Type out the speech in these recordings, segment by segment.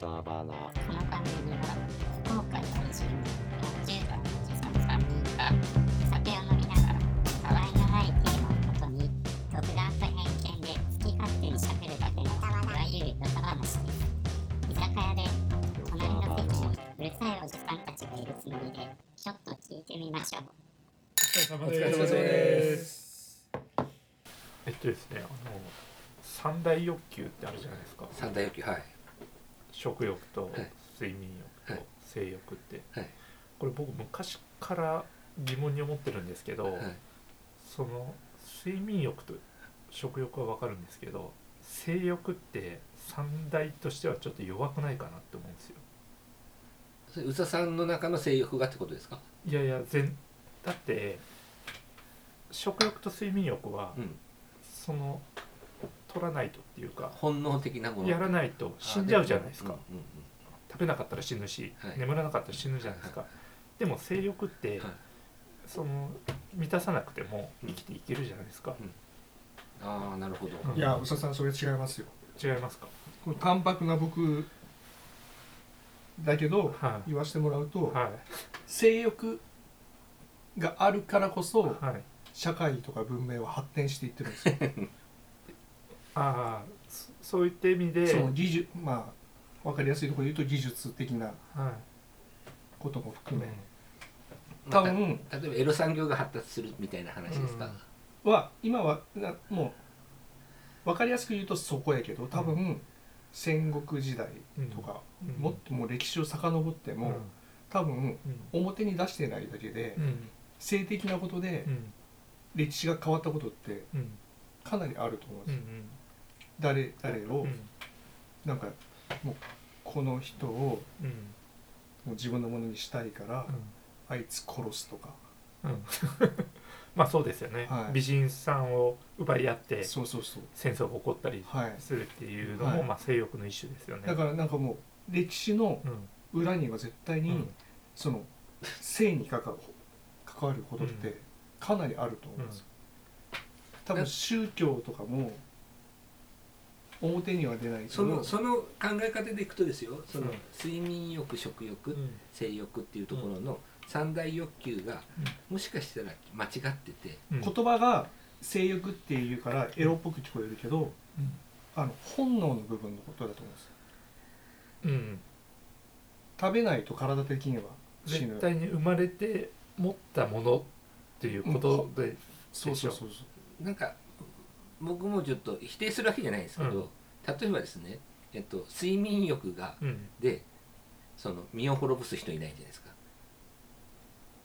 サーバーなこのためには福岡在住の40代のおじさん3人が酒を飲みながらたわいのないテーマをもとに独断と偏見で好き勝手にしゃべるだけのいわゆるドタ話です居酒屋で隣の席にうるさいおじさんたちがいるつもりでちょっと聞いてみましょうおお疲れ様です。えっとですね、あの三大欲求ってあるじゃないですか。三大欲求はい。食欲とい睡眠欲はとい性欲って、はいこれ僕昔から疑問に思ってるんですけど、はいその睡眠欲と食欲はわかるんですけど、性欲って三大としてはちょっと弱くないかなって思うんですよ。それ宇佐さんの中の性欲がってことですか。いやいや全だって食欲と睡眠欲は、うん。その取らないとっていうか。本能的なもの。やらないと死んじゃうじゃないですか、あ。も食べなかったら死ぬし、はい眠らなかったら死ぬじゃないですか、でも性欲って、はいその満たさなくてもうん生きていけるじゃないですか、うんうんうんああなるほど。うんいや宇佐さんそれ違いますよ違いますかこの淡白な僕だけどは言わせてもらういとは性欲があるからこいそはい社会とか文明は発展していってるんですよああそそういった意味でその技術まあ分かりやすいところで言うと技術的なはこともい、含めま多あ分た例えばエロ産業が発達するみたいな話ですか。うんは今はなもう分かりやすく言うとそこやけど多分戦国時代とかうんもっともう歴史を遡ってうんも多分うん表に出してないだけでうん性的なことでうん歴史が変わったことってうんかなりあると思うんうですよん誰誰うをんなんかもうこの人をうんもう自分のものにしたいからうんあいつ殺すとかうん まあそうですよね、はい美人さんを奪い合ってそうそうそう戦争が起こったりはいするっていうのも、はいまあ性欲の一種ですよねだからなんかもう歴史のうん裏には絶対うにんその性に関わる関わることっうてかなりあると思うんですよ多分な宗教とかも表には出ないけそのどその考え方でいくとですよ。そのうん睡眠欲、食欲、うん性欲っていうところの三大欲求がもしかしたら間違ってて、うん言葉が性欲っていうからエロっぽく聞こえるけどうんあの本能の部分のことだと思うんですようん、食べないと体的には死ぬ絶対に生まれて持ったものっていうことで、そうそうそうそうなんか僕もちょっと否定するわけじゃないですけど、うん例えばですね、えっと、睡眠欲がうん、でその身を滅ぼす人いないじゃないですか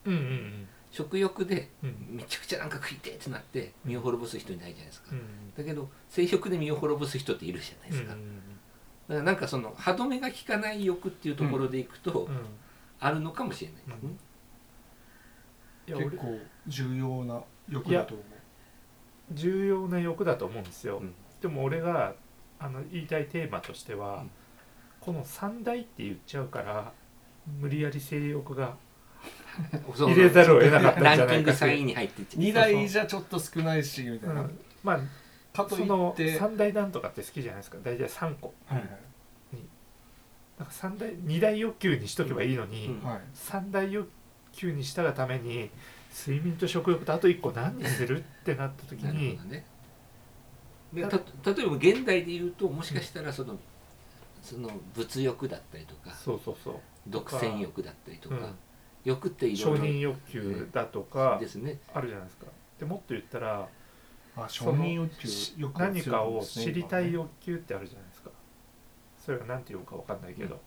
うんうん食欲でうんうんめちゃくちゃなんか食いてえってなって身を滅ぼす人いないじゃないですか、うんだけど性欲で身を滅ぼす人っているじゃないですか、だからなんかその歯止めが効かない欲っていうところでいくと、うんうんあるのかもしれないですね、いや結俺構重要な欲だと思う重要な欲だと思うんですよ、うんでも俺があの言いたいテーマとしては、うんこの三大って言っちゃうから無理やり性欲が その入れざるを得なかったラんじゃンなキンいグかって3い位う、に入ってっちゃう二台じゃちょっと少ないしみたういな、ん、まあかといそのって三大なんとかって好きじゃないですか大体3個はいなんか三大二大欲求にしとけばいいのに、うんはい、はい、三大欲求にしたがために睡眠と食欲とあと1個何にするってなった時なるにほどねでた例えば現代で言うともしかしたらその,、その物欲だったりとかそうそうそう独占欲だったりとか、うん欲ってい承ろ認い欲求だとかろですねあるじゃないですかでもっと言ったらあ承認欲求し欲が強いん何ですねかを知りたい今ね欲求ってあるじゃないですかそれが何て言うか分かんないけど、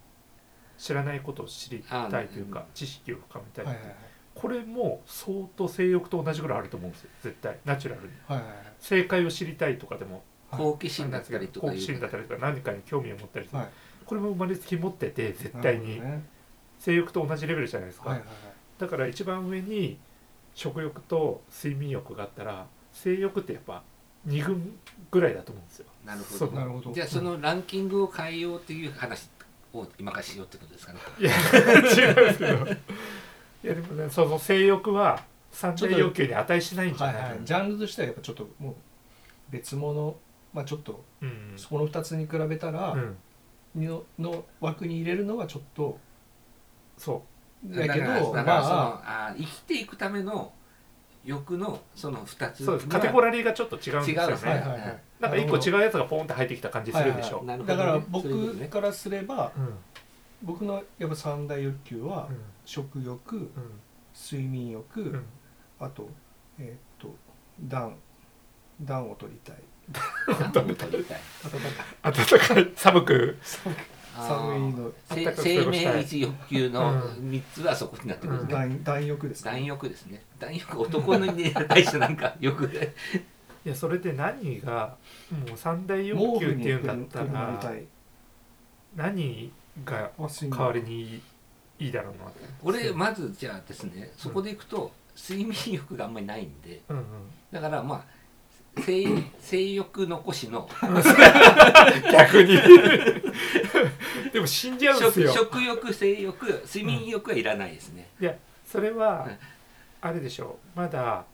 知らないことを知りたいというあかー知識を深めたいはいはいこれも相当性欲と同じぐらいあると思うんですよ絶対ナチュラルにはいはいはい正解を知りたいとかでもはい好奇心だったりとか好奇心だったりとか何かに興味を持ったりとか、はいこれも生まれつき持ってて絶なる対ほどにね性欲と同じレベルじゃないですか、はいはいだから一番上に食欲と睡眠欲があったら性欲ってやっぱ2軍ぐらいだと思うんですよなるほそどうはいなるほどじゃあそのランキングを変えようっていう話を今からしようってことですかねいや 違うんですけどいやでもねその性欲は三大欲求に値しないんじゃはないいかな、はいジャンルとしてはやっぱちょっともう別物まあちょっとうんそこの2つに比べたら、うんのの枠に入れるのはちょっとそだけどだからだまからそのああー生きていくための欲のその2つうそうですカテゴラリーがちょっと違うんですよ違うねんですはいねはいはいなんか一個違うやつがポンって入ってきた感じするでしょ、はなるほどだねからそういうこと僕ねからすればうん僕のやっぱ三大欲求は食欲うん睡眠欲、うんうんあとえーっと暖暖を取り たい暖を取りたい暖か暖かい寒く寒いのせ暖かく過ご生した命一い欲求のう3つはそこになってくるね、暖暖欲ですか、男欲ですね男欲男のに対してなんかよ くねいやそれで何がもう三大欲求っていうんだ毛布ったにくるまりたらい何があ睡代眠わりにいいだろう俺まずじゃあですねそこでいくと睡眠欲があんまりないんでなうんだからまあ性性欲残しのうん 逆にでも死んじゃうんです食よ食欲性欲睡眠欲はいらないですね、それはうんあれでしょうまだ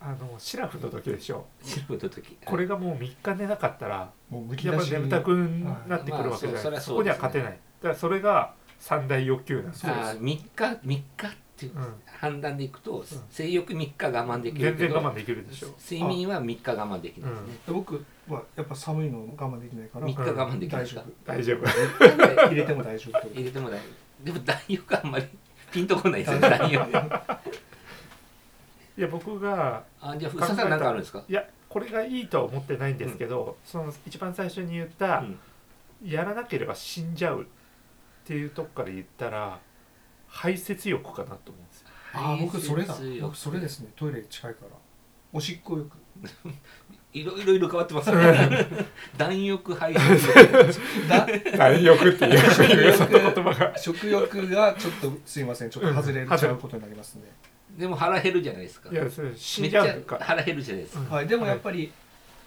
あのシラフの時でしょ仕事の時これがもう3日寝なかったらもうむきやっ出ぱしり眠たくなってくるわけじゃまあそなりいゃそそこうにですはね勝てないだからそれが三大欲求なんですよあ3日3日っていううん判断でいくと、性欲3日我慢できる全け然ど我慢できるでしょ睡眠は3日我慢できないですね、僕はやっぱ寒いの我慢できないから3日我慢できない大です丈か夫 大丈夫入れても大丈夫入れても大丈夫でも男欲あんまりピンとこない ですよ男欲いや僕があじゃあ福田さんなんかあるんですかいやこれがいいとは思ってないんですけど、その一番最初に言った、うんやらなければ死んじゃうっていうとこから言ったら排泄欲かなと思うんですよああ僕それだ排泄欲僕それですねトイレ近いからおしっこよくいろいろ色変わってます ね 男欲排泄欲だ大欲っていう食欲その言葉が食欲がちょっとすいませんちょっと外れちゃうことになりますね、でも腹減るじゃないですかいやそれ死めんっじちゃゃうか腹減るじゃないですか、うんはいでもやっぱり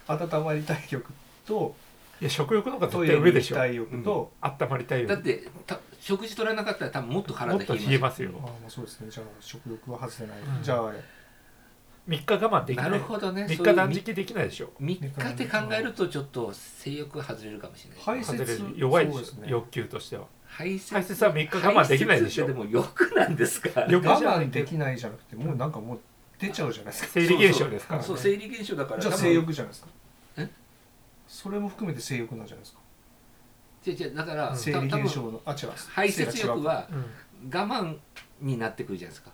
温まりたい欲といや食欲の方がト絶イ対レに行上できしょたい欲と、温まりたいよだってた食事取らなかったら多分もっとも腹っがと冷冷ええまますよああまあそうですねじゃあ食欲は外せない、うんじゃあ3日我慢ですきなないるほどね3そうい日う断食できないでしょ3日って考えるとちょっと性欲が外れるかもしれな排い、外れる泄弱いでしょそうですね欲求としては排泄排泄は三日我慢できないでしょ排泄ってでも欲なんですか欲我慢できないじゃなくてもうなんかもう出ちゃうじゃないですか生理現象ですからねそう生理現象だからじゃあ多分性欲じゃないですかえそれも含めて性欲なんじゃないですか違う違うだから生理現象のあ違う排泄欲はうん我慢になってくるじゃないですか、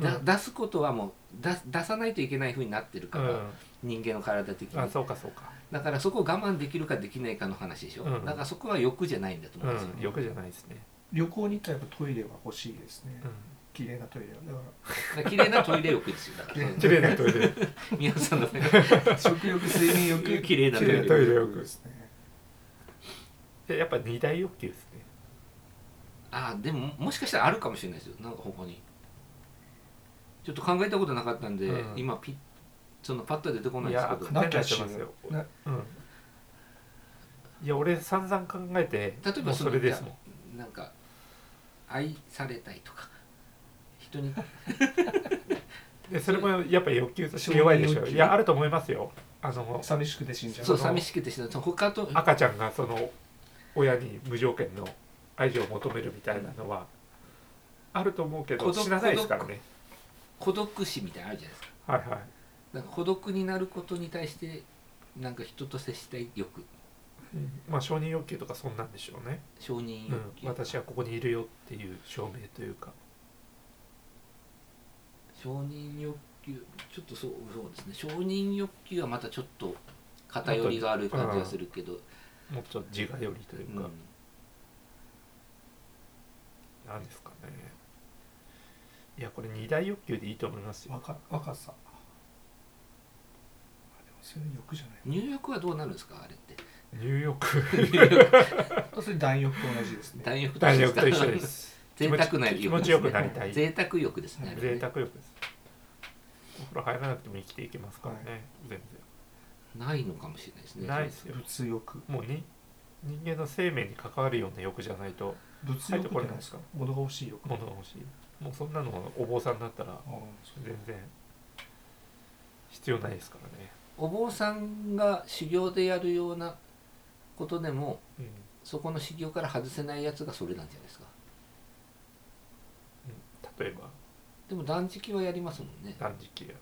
だうん出すことはもう出出さないといけないふうになってるうから、ん人間の体的にあそうかそうかだからそこを我慢できるかできないかの話でしょ、うんだからそこは欲じゃないんだと思ううんですよ、ん欲じゃないですね旅行に行ったらやっぱトイレは欲しいですね、う綺麗なトイレはだかだから綺麗なトイレ欲ですよだかん綺麗なトイレら皆さんのね ら食欲睡眠 欲綺麗なトイ綺麗レなトイレ欲欲ですねでやっぱ二大欲求ですねあーでももしかしたらあるかもしれないですよなんか他にちょっと考えたことなかったんで、うん今ピッそのパッとは出てこないいんですやけどな勝てないと思いますよなうんいや俺散々考えて例えもばうそそのれですもんじゃあなんか愛されたいとか人にでそれもやっぱ欲求として弱いでしょいやあると思いますよあの寂しくて死んじゃうそう寂しくてしないその他と赤ちゃんがその親に無条件の愛情を求めるみたいなのはあると思うけ孤ど独死なないですからね孤独死みたいなのあるじゃないですかはいはいなんか孤独になることに対してなんか人と接したい欲まあ承認欲求とかそんなんでしょうね、承認う欲ん、求、私はここにいるよっていう証明というか承認欲求ちょっとそうそうですね承認欲求はまたちょっと偏りがある感じがするけど、もっと自我よりといううかん、なんですかねいやこれ二大欲求でいいと思いますよ若若さあでもそれ欲じゃない入浴はどうなるんですかあれって入浴それ男欲と同じですね大浴大浴と一緒ですす贅沢な欲ですね気持ちよくなりたい贅贅沢欲ですねあれね沢欲ですお風呂入らなくても生きていけますからね、全ないのかもしれないですね然ないですよ物欲もうに人間の生命に関わるような欲じゃないと物欲ってなんですか物が欲しい欲物が欲しいもうそんなのお坊さんだったらああそ全れ然必要ないですからね、お坊さんが修行でやるようなことでもうんそこの修行から外せないやつがそれなんじゃないですか例えばでも断食はやりますもんね断食や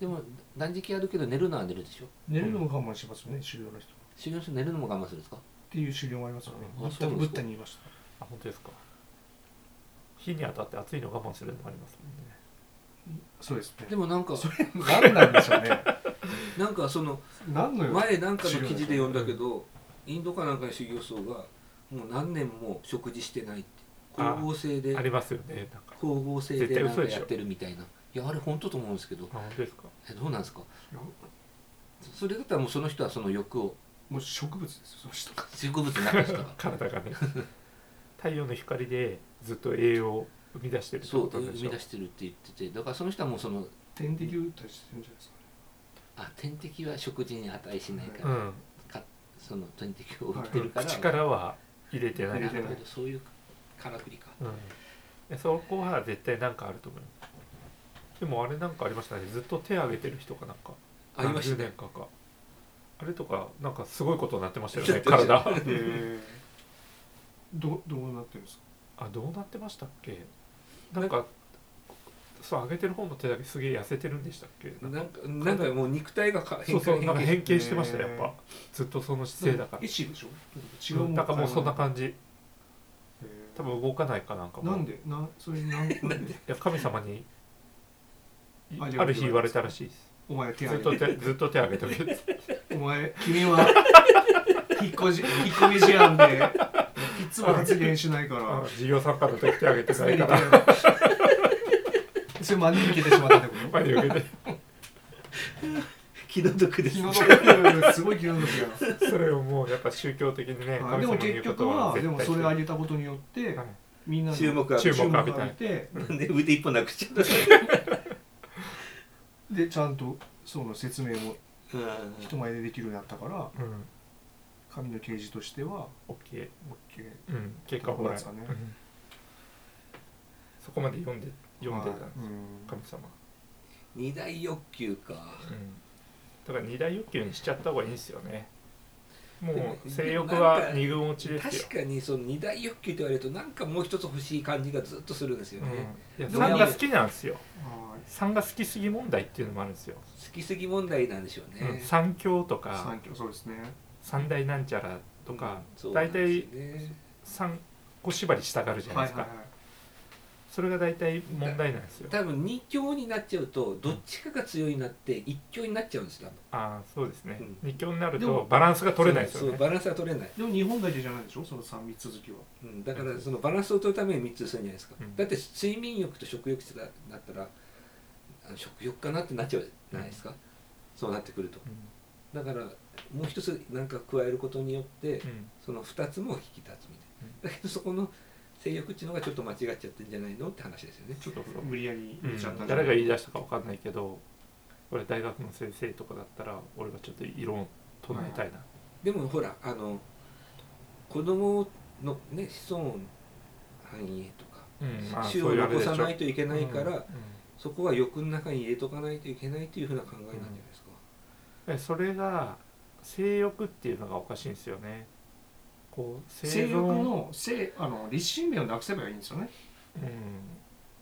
でも断食やるけど寝るのは寝るでしょ寝るのも我慢しますよね、狩猟の人。っ修行の人寝るのも我慢するんですかていう狩猟もありますよね。あブッそダうなんブですかッダに言いました。あ本当ですか火に当たって暑いの我慢するのもありますもんねそうですね。でもなんかそれ、何なんでしょうね。なんかその何のよ。前なんかの記事で読んだけどインドかなんかの修行僧がもう何年も食事してないってあ光合成でありますよねなんか光合成絶で対なん嘘かでしょやってるみたいないやあれ本当と思うんですけどあ本当ですかえどうなんですかいやそれだったらもうその人はその欲をもう植物ですよ、その人。植物なかした から体がね太陽の光でずっと栄養を生み出してるってそこうとなんで生しょみ出してるって言っててだからその人はもうその点滴打ったりしてるんじゃないですかね。あ天敵は食事に値しないかうら、んその天敵を受けてるから、口からは入れてない入なれるてないほどそういうからくりかうんで、そこは絶対なんかあると思いますでもあれなんかありましたねずっと手挙げてる人かなんかありましたね何十年かかあれとかなんかすごいことになって ましたよやねってました体どどうなってるんですかあどうなってましたっけなんかそう上げてる方の手だけすげえ痩せてるんでしたっけなんかなんかなんかもう肉体がかそうそうなんか変形してましたねやっぱずっとその姿勢だから意思でしょ違ううんなんかもうそんなじ感じ多分動かないかなんかもなんでなそれなんなんでいや神様にいああじゃある日言われたらしいですお前手ずっ挙とげて手ずっと手挙げとけって お前君は引っ越し引っ込み思案でいつも発言しないから事業参加の時手挙げて常ないに手か 挙らげてそれ真に受けてしまったってこ前に受けて気の毒とです気の毒すごい気の毒それをもうやっぱ宗教的にねやでも結局はでもそれをは挙げたことによってはいみんなに注目が注注目目浴び浴たびいてなんで腕一本なくしちゃっでちゃんとその説明もた。うん人前でできるようになったからうん神の啓示としては OK オッケーうん結果ほら、どこなんですうかんそこまで読んで読んでたまんであうんす神様、二大欲求か。うん、だから二大欲求にしちゃった方がいいんですよねでももう性欲なんはか二軍落ちですよ確、かにその二大欲求って言われるとなんかもう一つ欲しい感じがずっとするんですうよんね。、いやでも3が好きなんですよあ3が好きすぎ問題っていうのもあるんですよ、好きすぎ問題なんでしょううんね。三教とあか三教そうですね三大なんちゃらとか、そうなん大です体よね三個縛りしたがるじゃなはいいですか、はいはいそれが大体問題なんですよ多分二強になっちゃうとどっちかが強いになって一強になっちゃうんですよ。ああそうですね、うん二強になるでともバランスが取れないですそうよそうねバランスは取れない。でも日本だけじゃないでしょその三密続きはうん、だからそのバランスを取るために三つするんじゃないですか、うんだって睡眠欲と食欲ってななったらあの食欲かなってなっちゃうじゃないですか、そうなってくるとうだからもう一つ何か加えることによって、んうんその二つも引き立つみたいな、だけどそこの性欲っていうのがちょっと間違っちゃってんじゃないのって話ですよねちょっと無理やりう入れちゃったんんじゃな誰いが言い出したかわかんないけど俺大学の先生とかだったら俺がちょっと異論を唱えたいな、でもほらあの子供のね子孫繁栄とか、うんまあ種そうをいうあれ残でしょさないといけないから、うんそこは欲の中に入れとかないといけないというふうな考えなんじゃないですか、うんえそれが性欲っていうのがおかしいんですよねこう生存性欲の性あの立身面をなくせばいいんですよねうん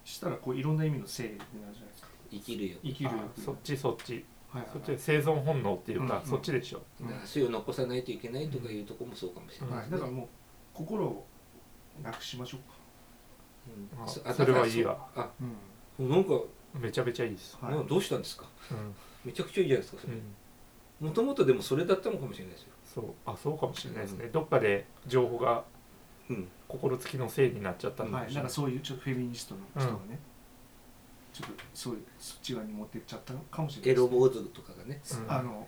したらこういろんな意味の性になるじゃないですか生きるよ生きるあそっちそっちはいはいそっはちい生存本能っていうか、うんそっちでしょ、うん足を残さないといけないとかいうとこもそうかもしれないはでいすだね、からもう心をなくしましょうかうんあそそれはいいわあだかうらんそうあなんか、めちゃめちゃいいです、はいなんかどうしたんですかうんめちゃくちゃいいじゃないですかそれうんもともとでもそれだったのかもしれないですよ、そうあそうかもしれないですね、どっかで情報がうん、心つきのせいになっちゃったんではい、なんかそういうちょっとフェミニストの人がね、ちょっとそういうそっち側に持ってっちゃったかもしれなエいロですね、坊主とかがねうんあの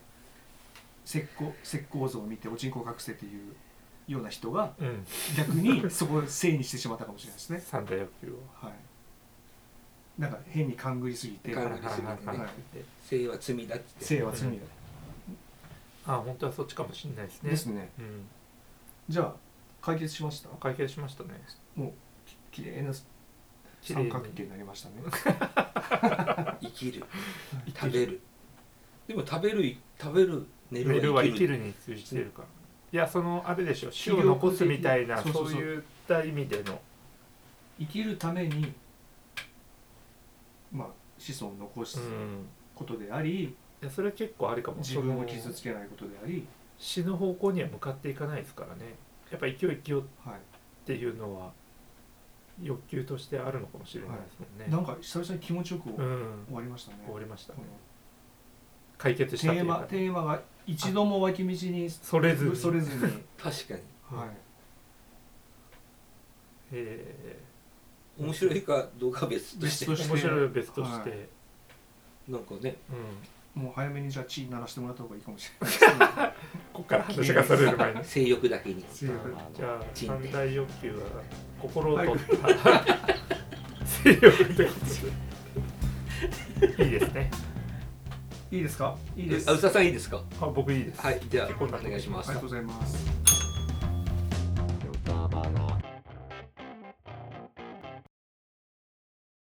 石膏石膏像を見ておちんこを隠せっていうような人がうん逆にそこを性にしてしまったかもしれないですね三大欲求をはいなんか変に勘ぐりすぎて、勘はぐりすぎてねはいはいはい性は罪だっい、つって性は罪だ、あ本当はそっちかもしれないですねですねうんじゃあ解決しました解決しましたねきれいな綺麗三に角形になりま したね 生きる食べるでも食べる食べる寝る寝るはは生生ききるるに通じてるからいやそのあれでしょ種を残すみたいな記録的そういった意味での生きるためにまあ子孫を残すうんことであり、いやそれは結構あるかも自分を傷そのつけないことであり、死ぬ方向には向かっていかないですからねやっぱ勢い勢いっはいていうのは欲求としてあるのかもしれないですもんね、なんか久々に気持ちよく終うんわりましたね、終わりましたねこの解決したとテいーうマかテーマが一度も脇道にそれずにそれず に、確かにはい、え面白いかどうかは別とし別てとーして面白い別として、はなんかねうんもう早めにじゃあ血鳴らしてもらった方がいいかもしれないここから話がそれる前に性欲だけに性欲じゃあ人類三大欲求は心を取った 性欲ってこといいですねいいですかいいですああ宇佐さんいいですかあ僕いいですはいじゃあ結構おなとこ願いしまりすがとうございます